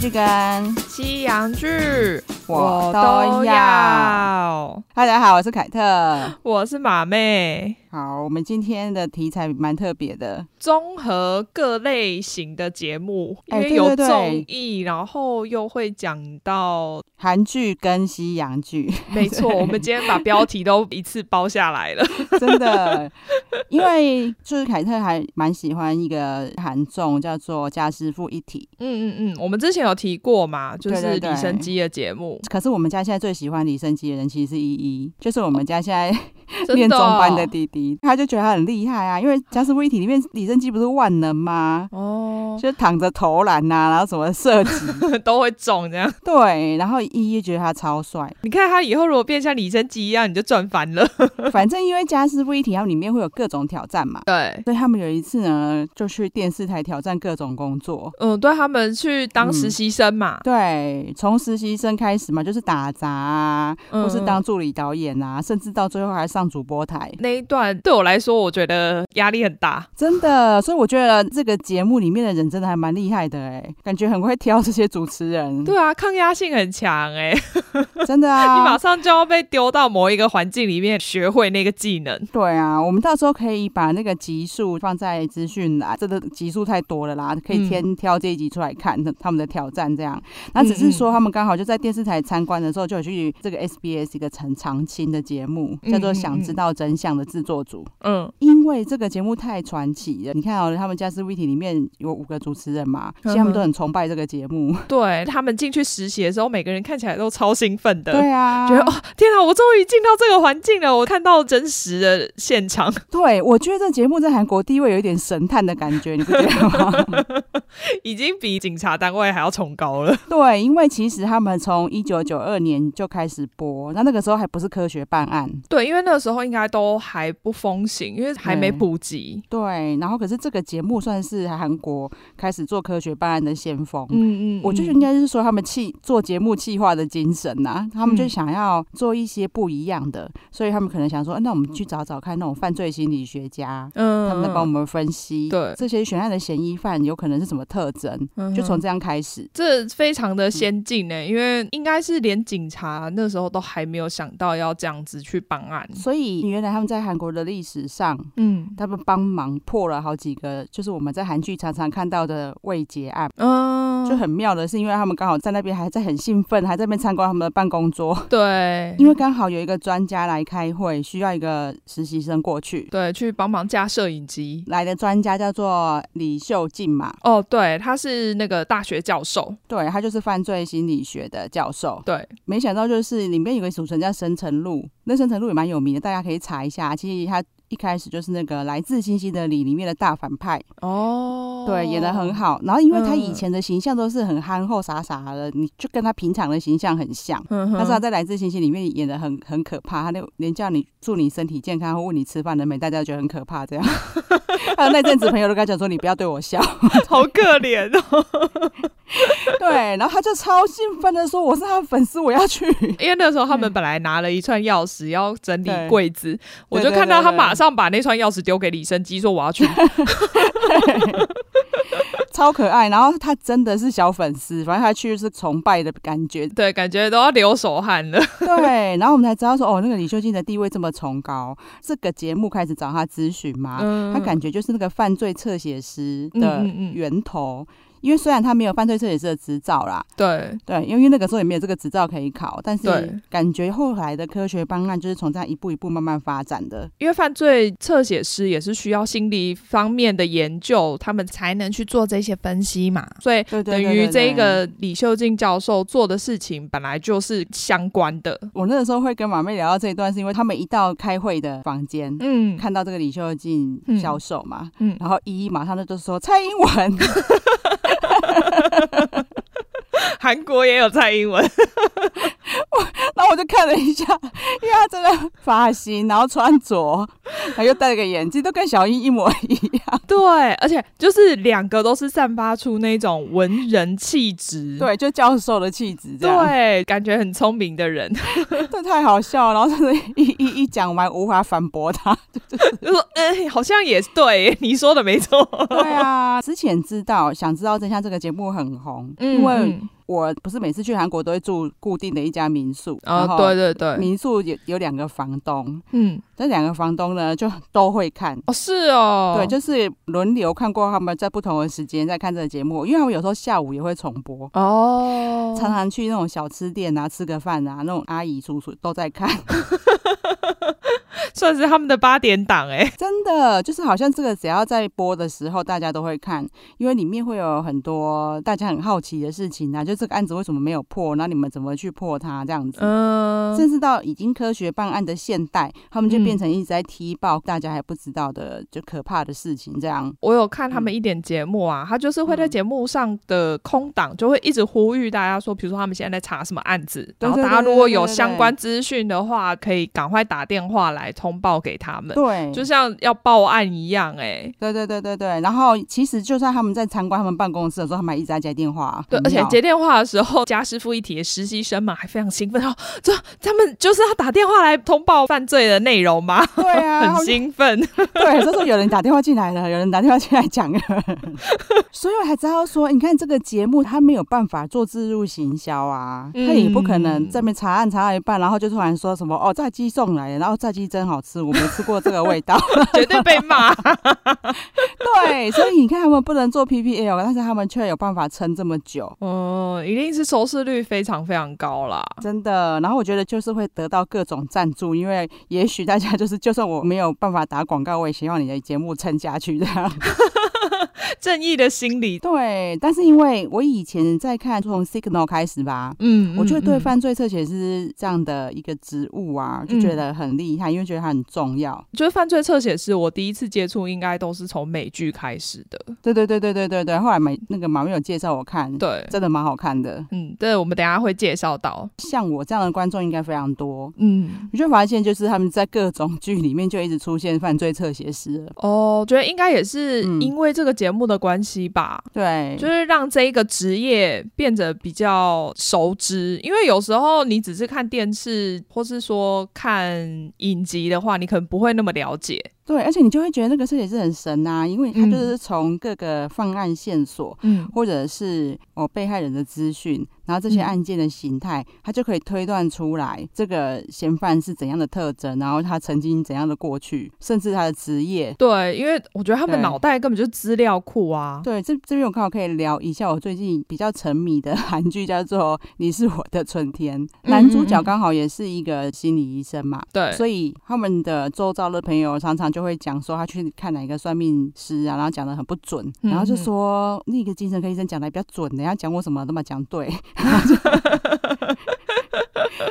剧跟西洋剧我都要。。大家好，我是凯特。我是马妹，好，我们今天的题材蛮特别的，综合各类型的节目，因哎为对有对对综艺，然后又会讲到，韩剧跟西洋 剧，没错，我们今天把标题都一次包下 来了。真的。因为就是凯特还蛮喜欢一个韩综，叫做《家师傅一体嗯嗯嗯，我们之前有提过嘛，就对是对对李生基的节目》，，可是我们家现在最喜欢李圣基的人其实是依依，就是我们家现在真练的中哦班的弟弟，他就觉得他很厉害啊，因为《家师傅一体》里面李圣基不是万能吗？哦，就是躺着投篮呐、然后什么射击，都会中这样。 对，然后依依觉得他超帅。你看他以后如果变像李生基一样，你就赚翻了。反正因为家师傅一体，然后里面会有各种挑战嘛，对。所以他们有一次呢，就去电视台挑战各种工作。嗯，对他们去嗯当实习生嘛，对，从实习生开始嘛，就是打杂啊，嗯或是当助理导演啊，甚至到最后还上主播台，那一段对我来说，我觉得压力很大。真的。所以我觉得这个节目里面的人真的还蛮厉害的哎，感觉很会挑这些主持人，对啊，抗压性很强哎、真的 你马啊。上就要被丢到某一个环境里面，学会那个技能。对啊，我们到时候可以把那个集数放在资讯栏，这个集数太多了啦，可以嗯先挑这一集出来看他们的挑战这样。那只是嗯说他们刚好就在电视台参观的时候，就有去这个 SBS 一个很常青的节目，嗯叫做嗯《想知道真相》的制作组。嗯，因为这个节目太传奇了，你看哦，他们家是 VT 里面有五个主持人嘛，其实他们嗯哼都很崇拜这个节目。对他们进去实习的时候，每个人看起来都超兴奋的， 对啊，觉得哦，天啊，我终于进到这个环境了，我看到真实的现场， 对我觉得这节目在韩国地位有一点神探的感觉，你不觉得吗？已经比警察单位还要崇高了。对，因为其实他们从一九九二年就开始播，那那个时候还不是科学办案，对，因为那个时候应该都还不风行，因为还没对普及。对，然后可是这个节目算是韩国开始做科学办案的先锋。嗯嗯我就嗯应该是说他们气做节目企划的精神呐、他们就嗯想要做一些不一样的，所以他们可能想说，哎那我们去找找看那种犯罪心理学家，嗯，他们来帮我们分析，对这些悬案的嫌疑犯有可能是什么特征，们就从这样开始。这非常的先进呢、因为应该是连警察那时候都还没有想到要这样子去办案。所以原来他们在韩国的历史上，嗯他们帮忙破了好几个，就是我们在韩剧常常看到的未结案。嗯，就很妙的是，因为他们刚好在那边还在很兴奋，还在那边参观他们的办公嗯桌，对，因为刚好有一个专家来开会，需要一个实习生过去。对去帮忙架摄影机。来的专家叫做李秀静嘛，哦，对，他是那个大学教授，对他就是犯罪心理学的教授。对，没想到就是里面有个主持人叫申成露，那申成露也蛮有名的，大家可以查一下。其实他一开始就是那个《来自星星的你》里面的大反派，哦，对，演的很。好。然后因为他以嗯前的形象都是很憨厚傻傻的，你就跟他平常的形象很像。嗯但是他哼，在《来自星星》里面演的很很可怕，他那连叫你祝你身体健康，或问你吃饭了没，大家觉得很可怕。这样， 还有那阵子朋友都跟他讲说：“你不要对我笑。 好可怜哦，”对，然后他就超兴奋的说：“我是他的粉丝，我要去。 因为那时候他们本来拿了一串钥匙要整理对柜子，我对就对看到对他对马上把那串钥匙丢给李生基，说我要 去对”超可爱。然后他真的是小粉丝，反正他去是崇拜的感觉。对，感觉都要流手汗了。 对，然后我们才知道说，哦，那个李秀静的地位这么崇高，这个节目开始找他咨询嘛。嗯他感觉就是那个犯罪侧写师嗯的嗯嗯源头。因为虽然他没有犯罪侧写师的执照啦，对，对，因为那个时候也没有这个执照可以考，但对是感觉后来的科学方案就是从这样一步一步慢慢发展的。因为犯罪侧写师也是需要心理方面的研究，他们才能去做这些分析嘛。所以对对等对于对这对个李秀静教授做的事情本来就是相关的。我那个时候会跟马妹聊到这一段，是因为他们一到开会的房间，嗯，看到这个李秀静嗯销售嘛，嗯然后依依马上就说蔡英文， 韩国也有蔡 英文，然后我就看了一下，因为他真的发型，然后穿着，他又戴个眼镜，都跟小英一模一样。 对，而且就是两个都是散发出那种文人气质，对，就教授的气质这样，对，感觉很聪明的人， 这太好笑了。然后真的一一一讲完，无法反驳他。 就说哎、好像也对，你说的没错。对啊，之前知道想知道真相这个节目很红， 因为嗯我不是每次去韩国都会住固定的一家民宿，然啊，后对对对，民宿有有两个房东，嗯，这两个房东呢就都会看。哦是哦，对，就是轮流看过他们在不同的时间在看这个节目，因为他们有时候下午也会重播，哦，常常去那种小吃店啊吃个饭啊，那种阿姨叔叔都在看， 算是他们的八点档哎、真的就是好像这个只要在播的时候大家都会看，因为里面会有很多大家很好奇的事情啊，就这个案子为什么没有破，那你们怎么去破它这样子。嗯，甚至到已经科学办案的现代，他们就嗯变成一直在踢爆大家还不知道的就可怕的事情，这样我有看他们一点节目啊，他就是会在嗯节目上的空档就会一直呼吁大家说，比如说他们现在在查什么案子，对然后对大家对如果对有对相对关资讯的话，可以赶快打电话来通报给他们，对，就像要报案一样哎、对对对对对，然后其实就算他们在参观他们办公室的时候，他们还一直在接电话。对，很而且妙接电话的时候，家师傅一体的实习生嘛，还非常兴奋，哦，这他们就是要打电话来通报犯罪的内容吗？对啊， 很兴奋， 对，就是有人打电话进来了，有人打电话进来讲了， 所以我才知道说，你看这个节目他没有办法做自入行销啊，他也不可能嗯这边查案查到一半，然后就突然说什么哦炸鸡送来了，然后炸鸡真好吃，我没吃过这个味道。绝对被骂。对，所以你看他们不能做 PPL，但是他们却有办法撑这么久。嗯，一定是收视率非常非常高 啦。真的，然后我觉得就是会得到各种赞助，因为也许大家就是，就算我没有办法打广告，我也希望你的节目撑下去这样。正义的心理，对，但是因为我以前在看从 Signal 开始吧，嗯，我觉得对嗯，犯罪侧写师这样的一个职务啊，就嗯觉得很厉害，因为觉得它很重要。嗯就是犯罪侧写师，我第一次接触应该都是从美剧开始的。对对对对对对对，后来买那个马妹有介绍我看，对，真的蛮好看的。嗯，对，我们等一下会介绍到。像我这样的观众应该非常多。嗯，你就发现，就是他们在各种剧里面就一直出现犯罪侧写师了，哦，觉得应该也是嗯因为这个节目的关系吧。对，就是让这一个职业变得比较熟知，因为有时候你只是看电视或是说看影集的话，你可能不会那么了解。对，而且你就会觉得那个设计师很神啊，因为他就是从各个犯案线索，嗯，或者是哦被害人的资讯，然后这些嗯案件的形态，他就可以推断出来这个嫌犯是怎样的特征，然后他曾经怎样的过去，甚至他的职业。对，因为我觉得他们对脑袋根本就是资料库啊。对，这这边我刚好可以聊一下我最近比较沉迷的 韩剧，叫做《你是我的春天》，男主角嗯嗯刚好也是一个心理医生嘛，对，所以他们的周遭的朋友常常就会讲说，他去看哪一个算命师啊，然后讲的很不准，嗯然后就说那个精神科医生讲的比较准的，要讲我什么都没讲对。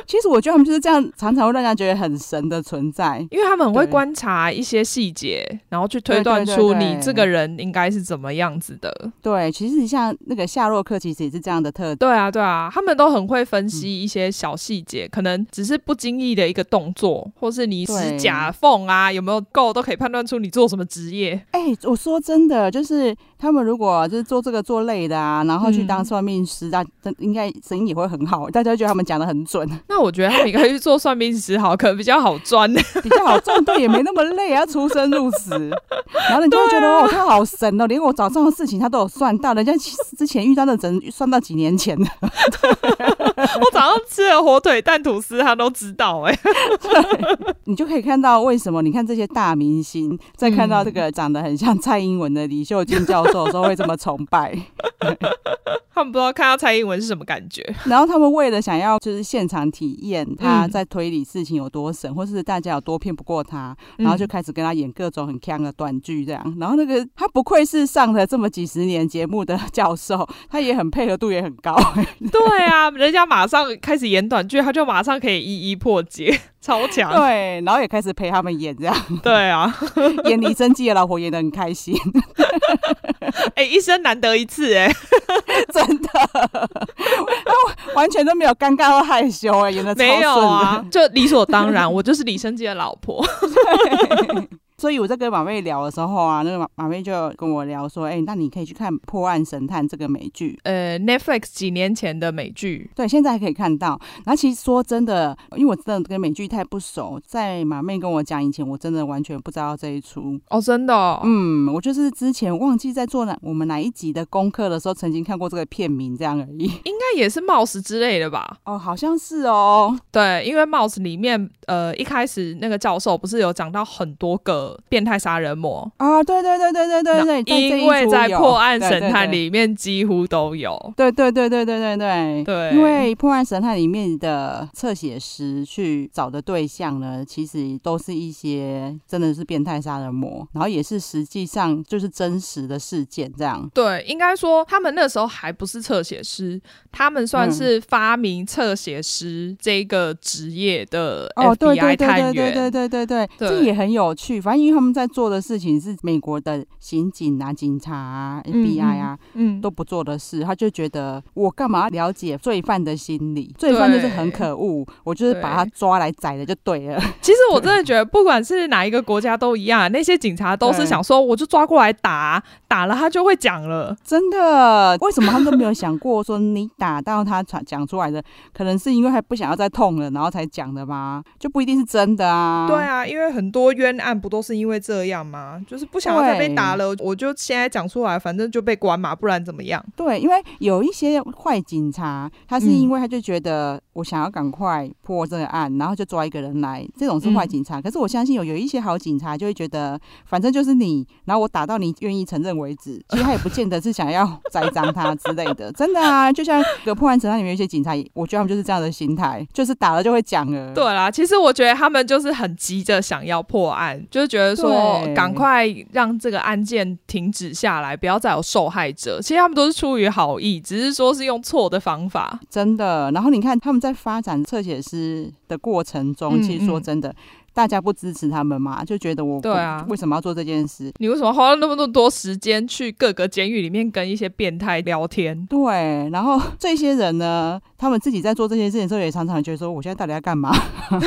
其实我觉得他们就是这样，常常会让人家觉得很神的存在。因为他们很会对观察一些细节，然后去推断对对出对对你这个人应该是怎么样子的。对，其实像那个夏洛克，其实也是这样的特对啊，对啊，他们都很会嗯分析一些小细节，可能只是不经意的一个动作，或是你指对甲缝啊有没有够，都可以判断出你做什么职业。哎、我说真的，就是他们如果就是做这个做累的啊，然后去当嗯算命师，大、应该生意也会很好，大家就觉得他们讲的很准。那我觉得他们应该去做算命师好，可能比较好 赚。比较好赚，对，也没那么累，要出生入死。然后你就会觉得、哦，他好神哦，连我早上的事情他都有算到，人家其实之前遇到的人算到几年前的。 我早上吃了火腿蛋吐司，他都知道哎、你就可以看到为什么你看这些大明星，在看到嗯这个长得很像蔡英文的李秀俊教授的时候会这么崇拜。 他们不知道看到蔡英文是什么感觉。然后他们为了想要就是现场体验他嗯在推理事情有多神，或是大家有多骗不过他，然嗯后就开始跟他演各种很强的短剧这样。然后那个他不愧是上了这么几十年节目的教授，他也很配合度也很高。对 啊，人家马上开始演短剧，他就马上可以一一破解， 超强。对，啊然后也开始陪他们演这样，对啊，演李贞基的老婆演的很开心。哎、一生难得一次哎、真的，完全都没有尴尬或害羞哎、演的超没有啊顺，就理所当然，我就是李生基的老婆。的。 对所以我在跟马妹聊的时候啊，那个马马妹就跟我聊说，哎、那你可以去看《破案神探》这个美剧， 呃，Netflix 几年前的美剧，对，现在还可以看到。然后其实说真的，因为我真的跟美剧太不熟，在马妹跟我讲以前，我真的完全不知道这一出。哦，真的、哦，嗯，我就是之前忘记在做哪我们哪一集的功课的时候，曾经看过这个片名这样而 已。应该也是 Mouse 之类的吧？哦，好像是哦。对，因为 Mouse 里面，呃，一开始那个教授不是有讲到很多个变态杀人魔，啊，对对对对对对对，那这一因为出在有破案对神对探对里面几乎都有。对对对对对对对对因为《破案神探》里面的侧写师去找的对象呢，其实都是一些真的是变态杀人魔，然后也是实际上就是真实的事件这样。对，应该说他们那时候还不是侧写师，他们算嗯是发明侧写师这个职业的哦，对 FBI 对对对对探对员。对对对，对这也很有趣。反正因为他们在做的事情是美国的刑警啊、警察啊、嗯 FBI 啊、嗯，都不做的事，他就觉得我干嘛要了解罪犯的心理？罪犯就是很对可恶，我就是把他对抓来宰了就对了。其实我真的觉得，不管是哪一个国家都一样，啊那些警察都是对想说，我就抓过来打，啊打了他就会讲了。真的，为什么他们都没有想过说你打到他传讲出来的，可能是因为他不想要再痛了，然后才讲的吗？就不一定是真的啊。对，啊，因为很多冤案不都是因为这样吗？就是不想要再被打了，我就现在讲出来，反正就被关嘛，不然怎么样？对，因为有一些坏警察，他是因为他就觉得我想要赶快破这个案，然后就抓一个人来，这种是坏警察。可是我相信有有一些好警察就会觉得，反正就是你，然后我打到你愿意承认为止。其实他也不见得是想要栽赃他之类的， 真的啊。就像《个破案神探》里面有一些警察，我觉得他们就是这样的心态，就是打了就会讲了。对啦，其实我觉得他们就是很急着想要破案，就是觉得说对赶快让这个案件停止下来，不要再有受害者。其实他们都是出于好意，只是说是用错的方法。真的。然后你看他们在发展侧写师的过程中，嗯其实说真的，大家不支持他们嘛，就觉得我对啊为什么要做这件事？你为什么花了那么多多时间去各个监狱里面跟一些变态聊天？ 对，然后这些人呢，他们自己在做这些事情的时候，也常常觉得说，我现在到底在干嘛？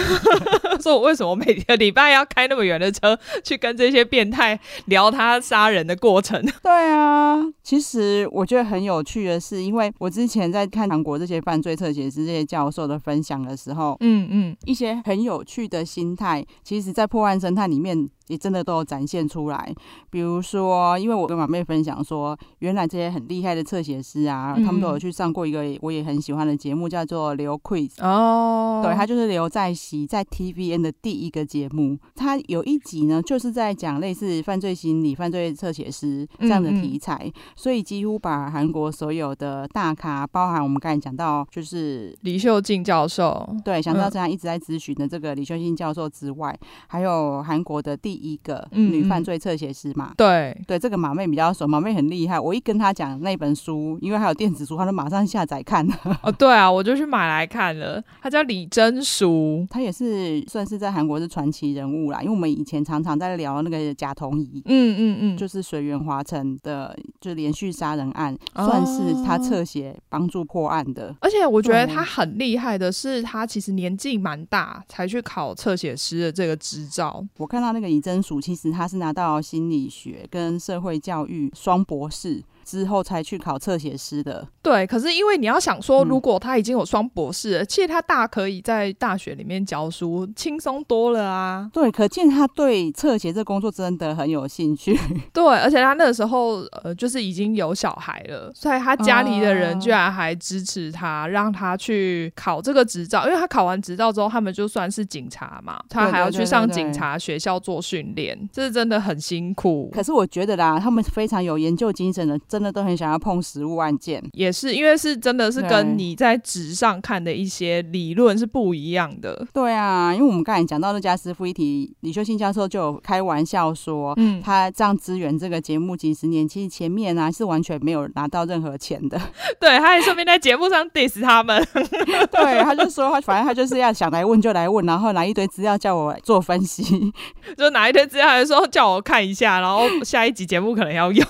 说我为什么每个礼拜要开那么远的车去跟这些变态聊他杀人的过程？对啊，其实我觉得很有趣的是，因为我之前在看韩国这些犯罪侧写师、这些教授的分享的时候，嗯嗯，一些很有趣的心态，其实，在破案生态里面也真的都有展现出来。比如说，因为我跟马妹分享说，原来这些很厉害的侧写师啊，嗯他们都有去上过一个我也很喜欢的节目，叫做《刘 Quiz》。哦对，他就是刘在熙在 TVN 的第一个节目，他有一集呢，就是在讲类似犯罪心理、犯罪侧写师这样的嗯嗯题材，所以几乎把韩国所有的大咖，包含我们刚才讲到，就是李秀静教授，对，想到嗯这样一直在咨询的这个李秀信教授之外，还有韩国的第一个嗯女犯嗯罪侧写师嘛。对，对这个马妹比较熟，马妹很厉害。我一跟她讲那本书，因为还有电子书，她都马上下载看。哦，对啊，我就去买来看了。他叫李真淑， 她也是算是在韩国是传奇人物啦，因为我们以前常常在聊那个贾同怡，嗯嗯嗯，就是水源华城的就连续杀人案，算是她哦侧写帮助破案的。而且我觉得对啊他很厉害的是，他其实年纪蛮大才去考侧写师的这个执照。我看到那个李真淑，其实她是拿到心理学跟社会教育双博士之后才去考侧写师的。对，可是因为你要想说，嗯如果他已经有双博士了，其实他大可以在大学里面教书，轻松多了啊。对，可见她对侧写这工作真的很有兴趣。 对，而且他那个时候呃，就是已经有小孩了，所以他家里的人哦居然还支持他，让他去考这个执照，因为他考完执照之后，他们就算是警察嘛，他对还要对去对上对警对察学校做训练，这是真的很辛苦。可是我觉得啦，他们非常有研究精神的，真的都很想要碰实物案件。也是因为是真的是对跟你在纸上看的一些理论是不一样的，对啊，因为我们刚才讲到那家师傅一题，李秀信教授就有开玩笑说。嗯，他这样支援这个节目几十年，其实前面啊是完全没有拿到任何钱的。 对，他还顺便在节目上 diss 他们， 对，他就说他反正他就是要想来问就来问，然后拿一堆资料叫我做分析。 就拿一堆资料来说叫我看一下，然后下一集节目可能要用。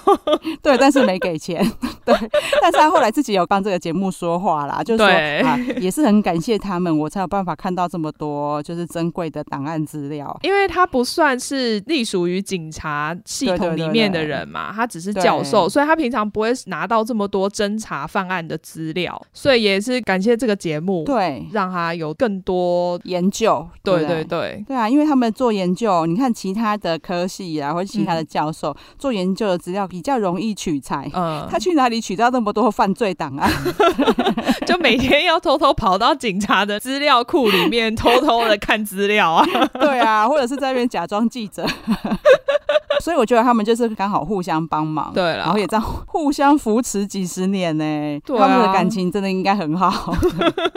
对，但是没没给钱， 对。但是他后来自己有帮这个节目说话啦，就说对啊，也是很感谢他们，我才有办法看到这么多就是珍贵的档案资料。因为他不算是隶属于警察系统里面的人嘛，他只是教授，对所以他平常不会拿到这么多侦查犯案的资料，所以也是感谢这个节目，对，让他有更多。研究，不对对对对，对啊，因为他们做研究，你看其他的科系啊，或者其他的教授、做研究的资料比较容易取材。 嗯，他去哪里取到那么多犯罪档案？就每天要偷偷跑到警察的资料库里面偷偷的看资 料啊。 对啊，或者是在那边假装记者。所以我觉得他们就是刚好互相帮忙，对啊然了后，也这样互相扶持几十年呢、对他们的啊感情真的应该很好。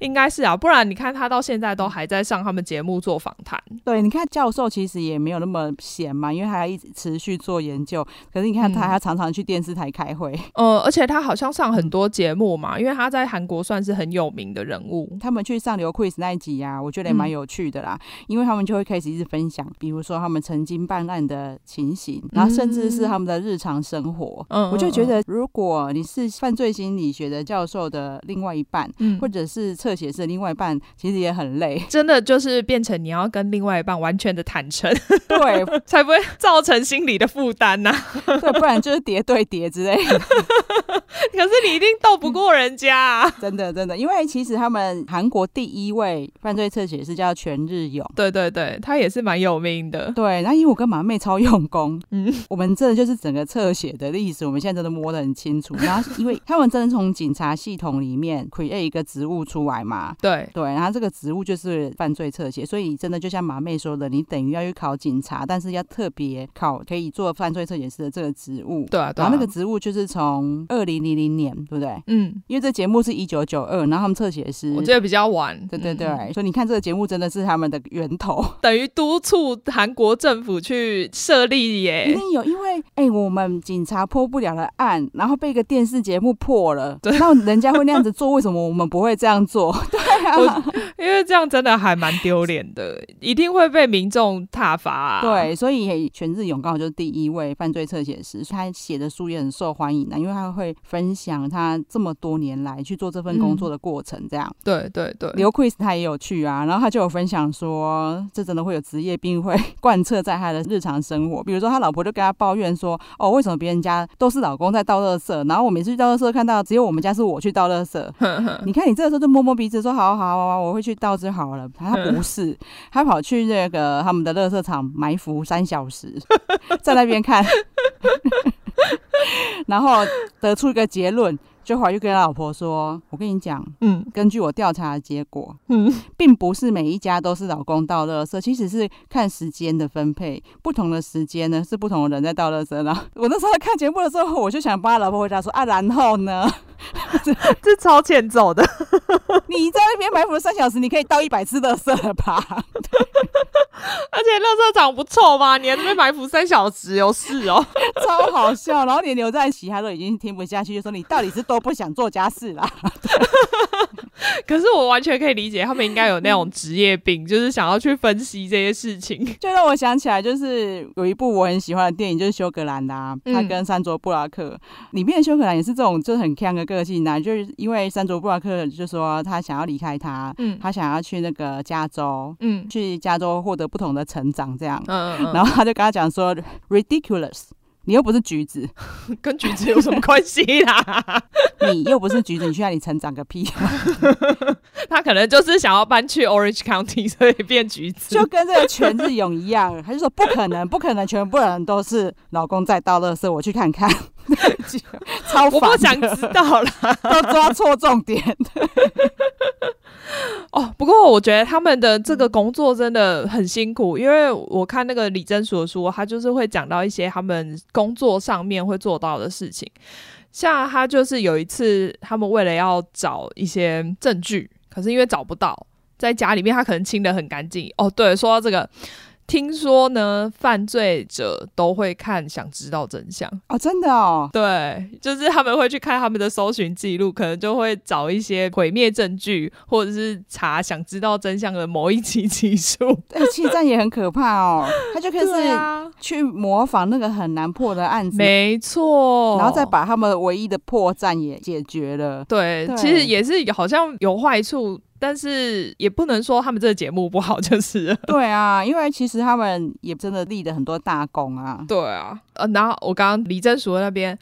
应该是啊，不然你看他到现在都还在上他们节目做访谈。对，你看教授其实也没有那么闲嘛，因为他要一直持续做研究。可是你看他嗯还要常常去电视台开会，呃，而且他好像上很多节目嘛，因为他在韩国算是很有名的人物。他们去上流 quiz 那一集啊，我觉得也蛮有趣的啦，因为他们就会开始一直分享，比如说他们曾经办案的情形，然后甚至是他们的日常生活。嗯，我就觉嗯，得，如果你是犯罪心理学的教授的另外一半，嗯，或嗯。者是侧写师的另外一半，其实也很累 真的就是变成你要跟另外一半完全的坦诚， 对才不会造成心理的负担啊呐、对，不然就是叠对叠之类的。 可是你一定斗不过人家、啊。真的真的，因为其实他们韩国第一位犯罪侧写师叫全日勇。 对对对，他也是蛮有名的。对，那因为我跟马妹超用功，嗯嗯，我们真的就是整个侧写的历史，我们现在真的摸得很清楚。然后，因为他们真的从警察系统里面 create 一个职务出来嘛。对，对，然后这个职务就是犯罪侧写，所以真的就像马妹说的，你等于要去考警察，但是要特别考可以做犯罪侧写师的这个职务。对啊，对然啊。后那个职务就是从二零零零年，对不对？嗯，因为这节目是一九九二，然后他们侧写师我，觉得比较晚。对对嗯对，所以你看这个节目真的是他们的源头。等于督促韩国政府去设立一耶。定有，因为哎、我们警察破不了的案，然后被一个电视节目破了，那人家会那样子做，为什么我们不会这样做？ 对啊，因为这样真的还蛮丢脸的，一定会被民众挞伐、啊。对，所以全智勇刚好就是第一位犯罪侧写师，他写的书也很受欢迎啊的，因为他会分享他这么多年来去做这份工作的过程，这样。对对对，刘 quiz 他也有去啊，然后他就有分享说，这真的会有职业病会 贯彻在他的日常生活。比如说，他老婆就跟他抱怨说，哦，为什么别人家都是老公在倒垃圾，然后我每次去倒垃圾看到只有我们家是我去倒垃圾。你看你这个时候就摸摸鼻子说，好好好啊好，我会去倒就好了。他不是，他跑去那个他们的垃圾场埋伏三小时， 在那边看， 然后得出一个结论。就回去跟他老婆说：“我跟你讲，嗯根据我调查的结果， 嗯，并不是每一家都是老公倒垃圾，其实是看时间的分配，不同的时间呢是不同的人在倒垃圾。然后我那时候在看节目的时候，我就想帮他老婆回答说啊，然后呢， 这超欠揍的。 你在那边埋伏了三小时，你可以倒一百次垃圾了吧？ 而且垃圾场不臭吗？你还在那边埋伏三小时，有事哦。超好笑。然后连刘在熙他都已经听不下去，就说你到底是多不想做家事啦？可是我完全可以理解，他们应该有那种职业病，就是想要去分析这些事情。就让我想起来，就是有一部我很喜欢的电影，就是休格兰的、啊，嗯他跟山卓布拉克、里面的休格兰也是这种就是很强的个性啊，就是因为山卓布拉克就说他想要离开他，嗯他想要去那个加州，嗯去加州获得不同的成长这样，嗯然后他就跟他讲说 ridiculous。你又不是橘子，后跟橘子有什么关系啊啦？你又不是橘子，你去那里成长个屁！ 他可能就是想要搬去 Orange County，所以变橘子。就跟这个全智勇一样，他就说不可能，不可能，全部人都是老公在倒垃圾，我去看 看，超烦我不的想知道啦。 都抓错重点。哦，不过我觉得他们的这个工作真的很辛苦，因为我看那个李真所说，他就是会讲到一些他们工作上面会做到的事情，像他就是有一次，他们为了要找一些证据，可是因为找不到，在家里面他可能清的很干净。哦，对，说到这个。听说呢，犯罪者都会看《想知道真相》。哦，真的哦，对，就是他们会去看他们的搜寻记录，可能就会找一些毁灭证据，或者是查想知道真相的某一期 集数。哎、气站也很可怕哦，他就可以对是啊，去模仿那个很难破的案子，没错，然后再把他们唯一的破绽也解决了。对，对其实也是有好像有坏处，但是也不能说他们这个节目不好，就是了对啊，因为其实他们也真的立了很多大功啊。对啊，呃，然后我刚刚李正淑那边。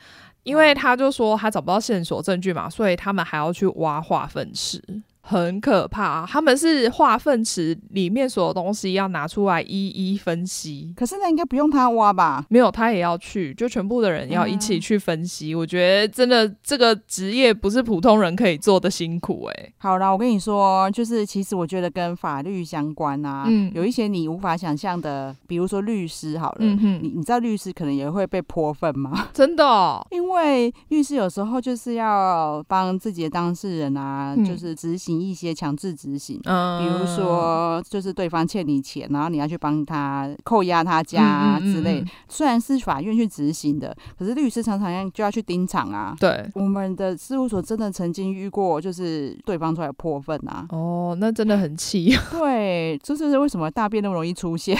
因嗯为他就说他找不到线索证据嘛，所以他们还要去挖化粪池，很可怕、他们是化粪池里面所有东西要拿出来一一分析，可是那应该不用他挖吧？没有他也要去，就全部的人要一起去分析。我觉得真的这个职业不是普通人可以做的辛苦欸诶、好啦，我跟你说，就是其实我觉得跟法律相关啊，嗯有一些你无法想象的，比如说律师好了，嗯你哼，你知道律师可能也会被泼粪吗？真的哦、因为律师有时候就是要帮自己的当事人啊，嗯就是执行一些强制执行。嗯，比如说，就是对方欠你钱，然后你要去帮他扣押他家啊之类。嗯嗯嗯虽然是法院去执行的，可是律师常常就要去盯场啊。对。。我们的事务所真的曾经遇过，就是对方出来泼粪啊 哦，那真的很气！对，这就是为什么大便那么容易出现。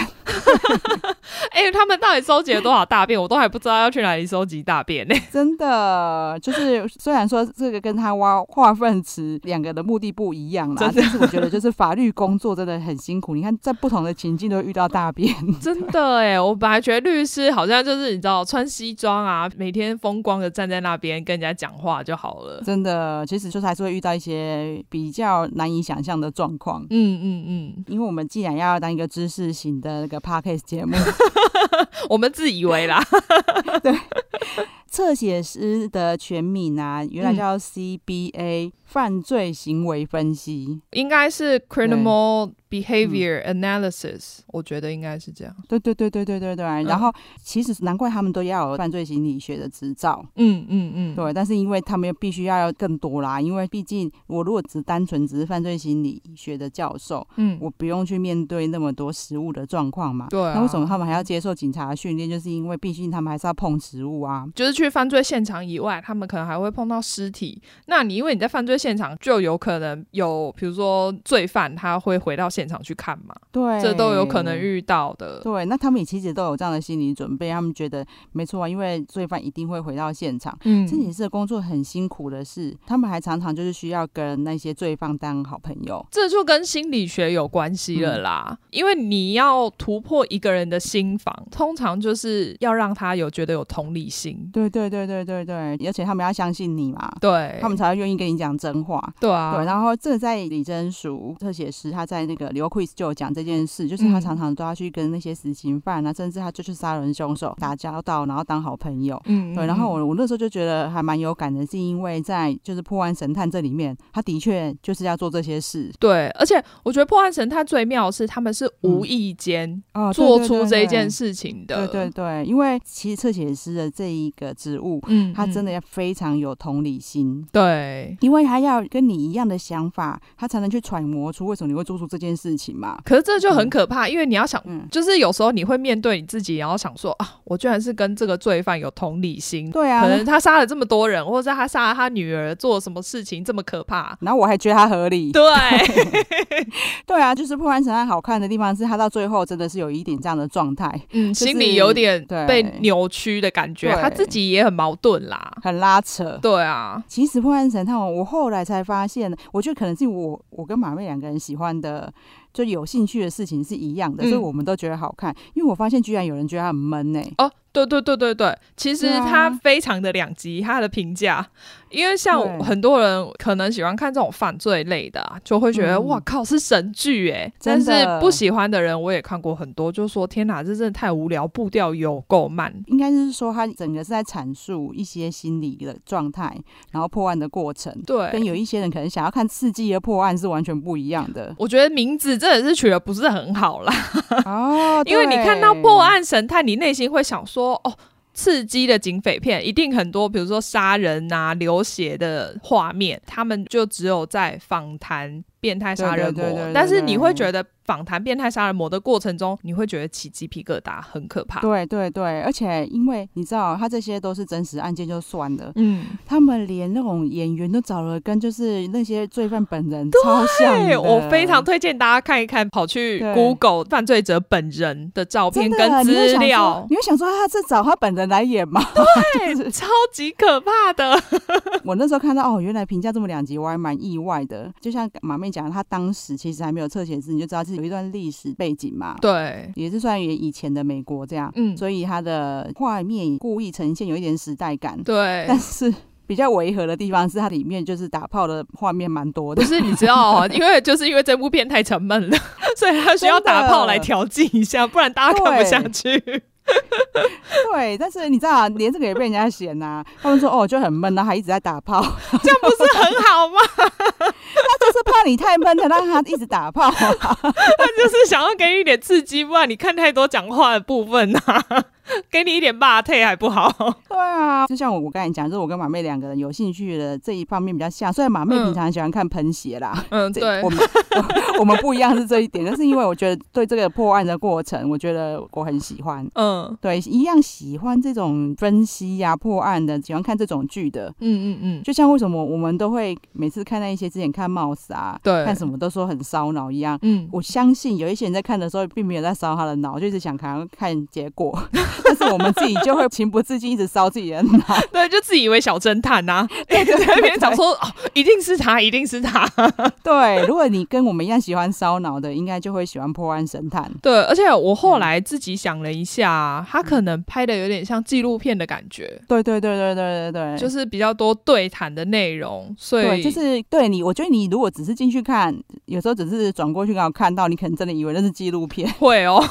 哎、他们到底收集了多少大便？我都还不知道要去哪里收集大便呢、 真的，就是虽然说这个跟他挖化粪池两个的目的不一样啦真，的但是我觉得就是法律工作真的很辛苦。你看，在不同的情境都会遇到大便，真的哎、我本来觉得律师好像就是你知道穿西装啊，每天风光的站在那边跟人家讲话就好了。 真的，其实就是还是会遇到一些比较难以想象的状况。嗯嗯嗯，因为我们既然要当一个知识型的那个 podcast 节 目，我们自以为 啦。侧写师的全名啊，原来嗯叫 CBA，、犯罪行为分析。应该是 criminal behavior analysis，、我觉得应该是这样。对对对对对对对。嗯然后其实难怪他们都要有犯罪心理学的执照。嗯嗯嗯，对，但是因为他们必须要更多啦，因为毕竟我如果只单纯只是犯罪心理学的教授，嗯，我不用去面对那么多食物的状况嘛。对啊那为什么他们还要接受警察的训练？就是因为毕竟他们还是要碰食物啊。就是去犯罪现场以外，他们可能还会碰到尸体。那你因为你在犯罪现场，就有可能有，比如说罪犯他会回到现场去看嘛，对，这都有可能。遇到的。哎对，那他们也其实都有这样的心理准备，他们觉得没错啊，因为罪犯一定会回到现场。嗯这也是工作很辛苦的事，他们还常常就是需要跟那些罪犯当好朋友。这就跟心理学有关系嗯了啦，因为你要突破一个人的心防，通常就是要让他有觉得有同理心，对对对对对对，而且他们要相信你嘛，对，他们才会愿意跟你讲真话。对啊，对，然后这在李真淑特写师，他在那个刘 quiz 就有讲这件事，就是他嗯常常都要去跟那些死刑犯啊，甚至他就去杀人凶手打交道，然后当好朋友。嗯，嗯对，然后嗯我我那时候就觉得还蛮有感的，是因为在就是《破案神探》这里面，他的确就是要做这些事，对，而且我觉得破案神探最妙的是他们嗯是无意间哦，做出这件事。事情的，对对对，因为其实特写师的这一个职务，嗯，嗯，他真的要非常有同理心，对。因为他要跟你一样的想法，他才能去揣摩出为什么你会做出这件事情嘛。可是这就很可怕，因为你要想，嗯，就是有时候你会面对你自己，然后想说啊，我居然是跟这个罪犯有同理心，对啊，嗯可能他杀了这么多人， 或者是他杀了他女儿，做了什么事情这么 可怕？然后我还觉得它合理。对，对啊，就是《破案神探》好看的地方是它到最后真的是有一点这样的状态，嗯，就是心里有点对被扭曲的感觉，对他自己也很矛盾啦。很拉扯。对啊，其实《破案神探》我后来才发现，我觉得可能是我我跟马妹两个人喜欢的，就有兴趣的事情是一样的，嗯所以我们都觉得好看。因为我发现居然有人觉得它很闷欸呢、哦，对对对对对，其实对啊他非常的两极，他的评价，因为像对很多人可能喜欢看这种犯罪类的、啊，就会觉得、嗯哇靠是神剧哎，但真是的不喜欢的人我也看过很多，就说天哪，这真的太无聊，步调有够慢。应该是说，它整个是在阐述一些心理的状态，然后破案的过程，跟对，。有一些人可能想要看刺激的破案是完全不一样的 我觉得名字真的是取得不是很好啦，哦， 因为你对看到破，案神探，你内心会想说哦。刺激的警匪片一定很多，比如说杀人啊、流血的画面，他们就只有在访谈变态杀人对魔。对对对对但是你会觉得访谈变态杀人魔的过程中，你会觉得起鸡皮疙瘩，很可怕。对对对，而且因为你知道，他这些都是真实案件就算了，嗯，他们连那种演员都找了，跟就是那些罪犯本人超像对的。我非常推荐大家看一看，跑去对 Google 犯罪者本人的照真片的跟你会资想说料，你会想说他是找他本人来演吗？ 对，超级可怕的。我那时候看到哦，原来评价这么两极，我还蛮意外的。就像马妹讲的，她当时其实还没有侧写字，你就知道是有一段历史背景嘛，对，也是算也以前的美国这样，嗯所以它的画面故意呈现有一点时代感，对但，是。比较违和的地方是它里面就是打炮的画面蛮多的不，是你知道哦，因为就是因为这部片太沉闷了，所以他需要真的打炮来调剂一下，不然大家看不下去。 对。但是你知道、啊，连这个也被人家嫌呐、他们说哦就很闷啊，还一直在打 炮，他这样不是很好吗？就是怕你太闷了，让他一直打 炮、啊。他就是想要给你一点刺激，不然你看太多讲话的部分啊，给你一点霸退还 不好。对啊，就像我我刚才讲，就是我跟马妹两个人有兴趣的这一方面比较像，虽然马妹嗯平常很喜欢看喷血啦。嗯，这对我，们 我我们不一样是这一点，但是因为我觉得对这个破案的过程，我觉得我很喜欢，嗯对，一样喜欢这种分析呀、破案的，喜欢看这种剧的。嗯嗯嗯，就像为什么我们都会每次看那一些之前看 Mouse 啊，对看什么都说很烧脑一样，嗯，我相信有一些人在看的时候，并没有在烧他的脑，就是想看看结果， 但是我们自己就会情不自禁一直烧自己的 脑。对，就自以为小侦探 呐、啊，在那边讲说哦，一定是他，一定是 他。对，如果你跟我们一样喜欢烧脑的，应该就会喜欢破案神探。对，而且我嗯后来自己想了一下，啊他可能拍的有点像纪录片的感觉。对对对对对对对，就是比较多对谈的内容，所对，以就是对你，我觉得你如果只是进去看，有时候只是转过去刚好看到，你可能真的以为那是纪录片，会哦，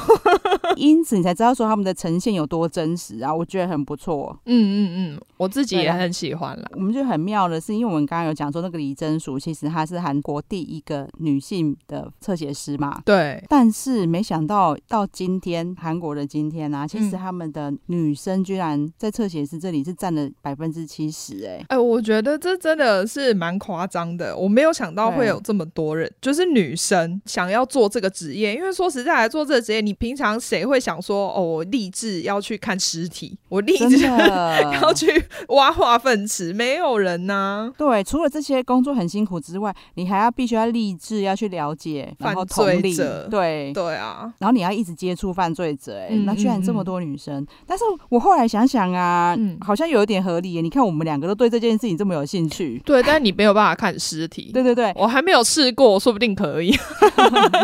因此你才知道说他们的呈现有多真实啊，我觉得很不错。嗯嗯嗯，我自己对也啦很喜欢啦。我们就很妙的是，因为我们刚刚有讲说那个李真淑，其实她是韩国第一个女性的侧写师嘛，对，但是没想到到今天，韩国的今天啊，其实他们的女生居然在侧写师这里是占了百分之七十，哎、哎、我觉得这真的是蛮夸张的，我没有想到会对有这么多人，就是女生想要做这个职业。因为说实在来做这个职业，你平常谁会想说哦，我立志要去看尸体，我立真志的。 要去挖化粪池，没有人呐、对，除了这些工作很辛苦之外，你还要必须要励志，要去了解，然后犯同罪理，者对，对啊，然后你要一直接触犯罪者、哎、嗯那居然这嗯嗯么多女生。但是我后来想想啊，嗯好像有一点合理耶。你看我们两个都对这件事情这么有兴趣，对，但你没有办法看尸体。对对对， 我还没有试过，说不定可 以。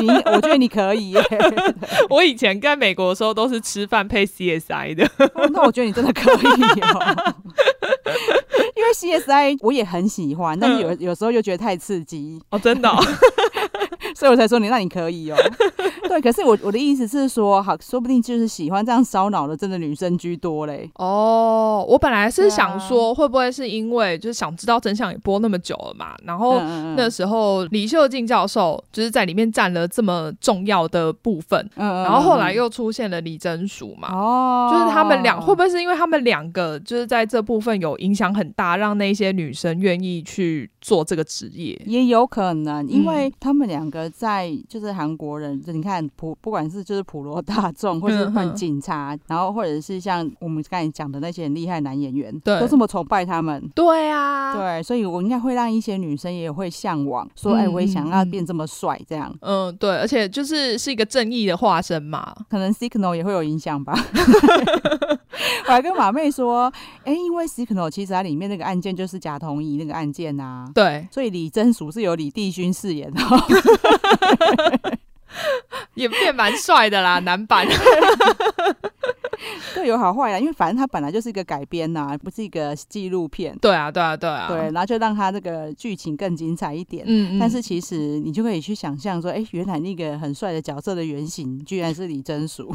你我觉得你可以耶、 我以前在美国的时候都是吃饭配 CSI 的。哦那我觉得你真的可以哦。 因为 CSI 我也很喜欢，但是嗯有有时候又觉得太刺激，哦，真的、哦？所以我才说你那你可以 哦。对，可是我我的意思是说，好，说不定就是喜欢这样烧脑的，真的女生居多嘞。哦，我本来是对想啊说，会不会是因为就是想知道真相也播那么久了嘛？然后嗯嗯哦那时候李秀静教授就是在里面占了这么重要的部分，嗯嗯然后后来又出现了李真淑嘛。哦，就是他们两会不会是因为他们两个就是在这部分有影响很大，让那些女生愿意去做这个职业？也有可能，因为嗯他们两个在就是韩国人，就你看普不管是就是普罗大众，或是嗯换嗯警察，然后或者是像我们刚才讲的那些很厉害的男演员，对都这么崇拜他们。对啊，对，所以我应该会让一些女生也会向往，说，哎、嗯我也想要嗯嗯变这么帅，这样嗯，对，而且就是是一个正义的化身嘛。可能 Signal 也会有影响吧。 我还跟马妹说，哎、因为 Signal 其实它里面那个案件就是贾同怡那个案件啊，对，所以李真淑是由李帝勋饰演的。哦 也变蛮帅的啦，男 版。各有好坏啊啦，因为反正它本来就是一个改编呐、不是一个纪录片，对啊，对啊，对啊，对，然后就让它那个剧情更精彩一点。嗯，嗯但是其实你就可以去想象说，哎、原来那个很帅的角色的原型居然是李真淑，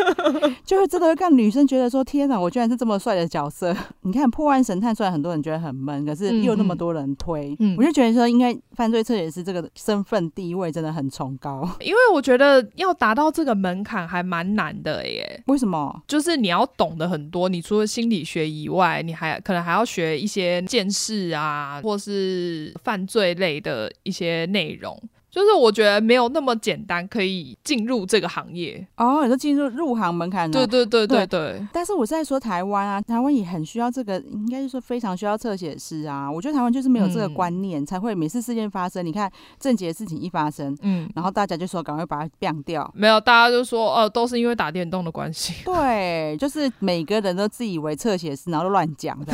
就是这个会让女生觉得说，天哪，我居然是这么帅的角色。你看《破案神探》，虽然很多人觉得很闷，可是嗯又那么嗯多人推，嗯我就觉得说，应该犯罪侧写师这个身份地位真的很崇高。 因为我觉得要达到这个门槛还蛮难的耶。为什么？就是你要懂得很多，你除了心理学以外，你还可能还要学一些见识啊，或是犯罪类的一些内容。就是我觉得没有那么简单可以进入这个行业。哦，你说进入入行门槛呢？对对对对对对，但是我在说台湾啊，台湾也很需要这个，应该是说非常需要侧写师啊。我觉得台湾就是没有这个嗯观念，才会每次事件发生，你看郑捷的事情一发生，嗯，然后大家就说赶快把它变掉。没有，大家就说哦、都是因为打电动的关系。对，就是每个人都自以为侧写师，然后都乱讲的。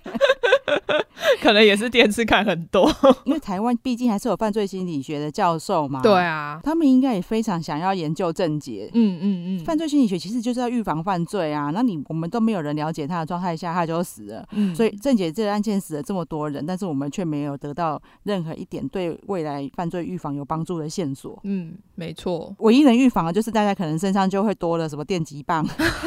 可能也是电视看很多。因为台湾毕竟还是有犯罪心理学的教授嘛， 对，啊，他们应该也非常想要研究症结。嗯嗯 嗯，犯罪心理学其实就是要预防犯罪啊，那你我们都没有人了解他的状态下，他就死了。嗯所以郑姐这个案件死了这么多人，但是我们却没有得到任何一点对未来犯罪预防有帮助的线索。嗯，没错，唯一能预防的就是大家可能身上就会多了什么电击 棒，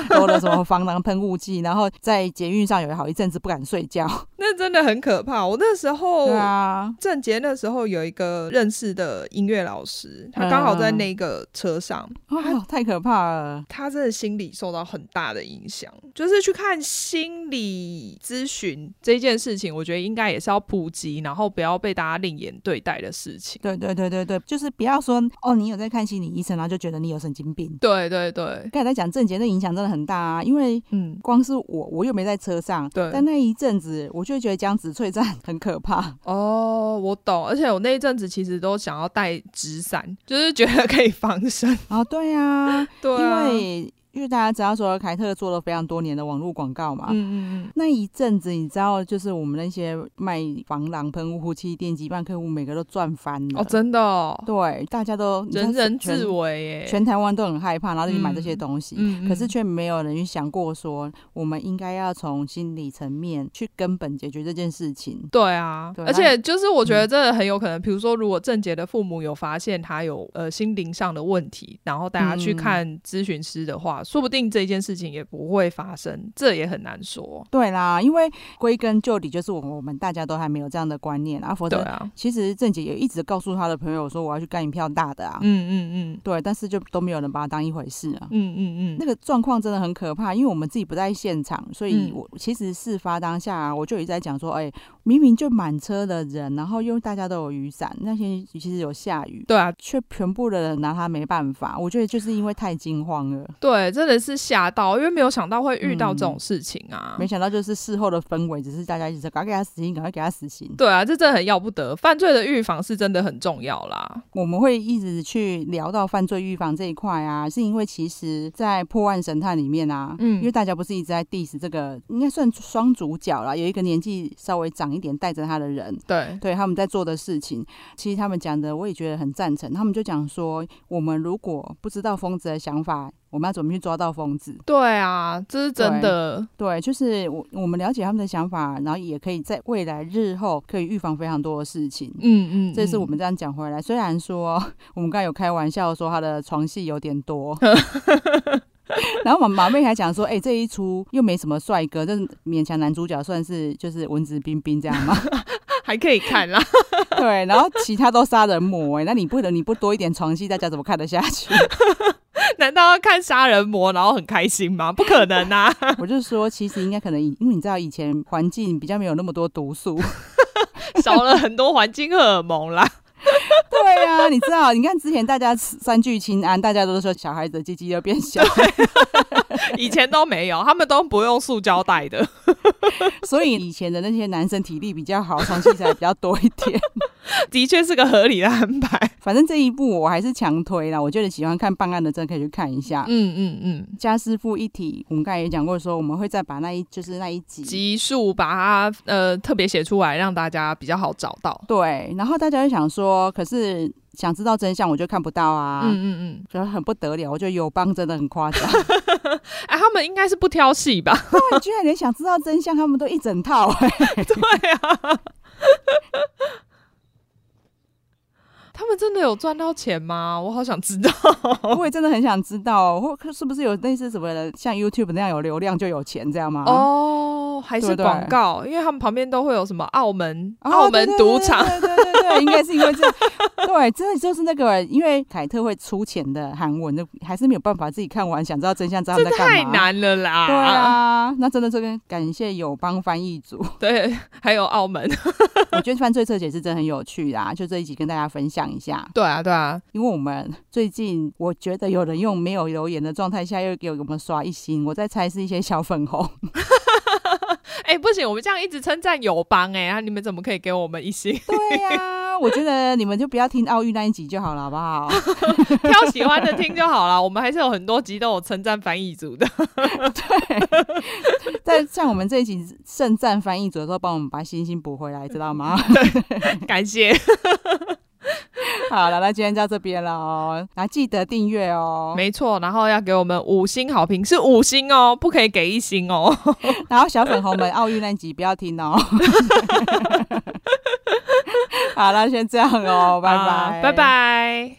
多了什么防狼喷雾剂，然后在捷运上有好一阵子不敢睡觉。那真的很可怕。我那时候对啊，郑杰那时候有一个认识的音乐老师，他刚好在那个车上，哦，太可怕了。他真的心理受到很大的影响。就是去看心理咨询这件事情，我觉得应该也是要普及，然后不要被大家另眼对待的事情。对对对对对，就是不要说哦，你有在看心理医生，然后就觉得你有神经病。对对对，刚才在讲郑杰，那影响真的很大啊，因为嗯，光是我，我又没在车上，对但那一阵子，我就觉得江子翠站很可 怕。哦，我懂。而且我那一阵子其实都想要带纸伞，就是觉得可以防身。啊，对啊，对啊、因为因为大家知道说凯特做了非常多年的网络广告嘛。嗯嗯那一阵子，你知道，就是我们那些卖防狼喷雾、呼气电击棒客户，每个都赚翻嗯，了。哦，真的、哦，对，大家都你知道人人全自危耶。全台湾都很害怕，然后就去买这些东西。嗯，嗯可是却没有人去想过说，我们应该要从心理层面去根本解决这件事情。对啊，对而且就是我觉得真的很有可能，比如说，如果郑杰的父母有发现他有呃心灵上的问题，然后带他去嗯看咨询师的话，说不定这件事情也不会发生，这也很难说。对啦，因为归根究底就是我们我们大家都还没有这样的观念啊，否对则啊，其实郑姐也一直告诉她的朋友说我要去干一票大的啊，嗯嗯嗯对，但是就都没有人把它当一回事啊。嗯嗯那嗯，个状况真的很可怕，因为我们自己不在现场，所以嗯我其实事发当下、啊，我就一直在讲说，哎、明明就满车的人，然后又大家都有雨伞，那些其实有下雨，对啊，却全部的人拿他没办法。我觉得就是因为太惊慌了，对，真的是吓到，因为没有想到会遇到这种事情啊。嗯没想到就是事后的氛围，只是大家一直说赶快给他死刑，赶快给他死刑。对啊，这真的很要不得。犯罪的预防是真的很重要啦。我们会一直去聊到犯罪预防这一块啊，是因为其实，在破案神探里面啊，嗯因为大家不是一直在 diss 这个，应该算双主角啦，有一个年纪稍微长一点带着他的人。对，对他们在做的事情，其实他们讲的我也觉得很赞成。他们就讲说，我们如果不知道疯子的想法，我们要怎么去抓到疯子？对啊，这是真的。对，就是我我们了解他们的想法，然后也可以在未来日后可以预防非常多的事情。嗯嗯，这是嗯我们这样讲回来，虽然说我们刚才有开玩笑说他的床戏有点 多，然后马马妹还讲说，哎、这一出又没什么帅哥，但是勉强男主角算是就是文质彬彬这样嘛， 还可以看啦。对，然后其他都杀人魔、哎，那你不能你不多一点床戏，大家怎么看得下去？ 难道要看杀人魔然后很开心吗？不可能啊！ 我就说，其实应该可能以因为你知道以前环境比较没有那么多毒素， 少了很多环境荷尔蒙啦。对呀、你知道，你看之前大家吃三聚氰胺，大家都说小孩子的鸡鸡又变小，以前都没有，他们都不用塑胶袋的。 所以以前的那些男生体力比较好，床戏才比较多一点。 的确是个合理的安排。啊反正这一部我还是强推啦，我觉得喜欢看办案的真的可以去看一下。嗯嗯嗯，家师傅一体，我们刚才也讲过说，我们会再把那一就是那一集。集数把它呃特别写出来，让大家比较好找到。对，然后大家就想说，可是想知道真相，我就看不到啊，嗯嗯嗯，觉得很不得了。我觉得友邦真的很夸张， 哎、他们应该是不挑戏吧？ 对，居然连想知道真相，他们都一整套、对啊， 他们真的有赚到钱吗？我好想知道。我也真的很想知道，或是不是有类似什么的，像 YouTube 那样有流量就有钱，这样吗？哦，还对是啊不对广告，因为他们旁边都会有什么澳门、哦，澳门赌场，对对对对对对，应该是因为这样，对，真的就是那个，因为凯特会出钱的韩文，那还是没有办法自己看完，想知道真相，知道他们在干嘛。太。难了啦。对，啊啊，那真的这个感谢友邦翻译组， 对，还有澳门，我觉得犯罪侧写是真的很有趣啦，就这一集跟大家分享一下。对啊，对啊，因为我们最近我觉得有人用没有留言的状态下又给我们刷一星，我在猜是一些小粉红。哎、不行，我们这样一直称赞友邦、哎，啊，你们怎么可以给我们一星？ 对呀、 我觉得你们就不要听奥运那一集就好了，好不好？挑喜欢的听就好了。我们还是有很多集都有称赞翻译组的。 在像我们这一集盛赞翻译组的时候，帮我们把星星补回来，知道吗？感谢，好了，那今天到这边了哦，那记得订阅哦，没错。然后要给我们五星好评，是五星哦，不可以给一星哦。然后小粉红们奥运那一集不要听哦。好了，先这样哦，拜拜，啊拜。拜。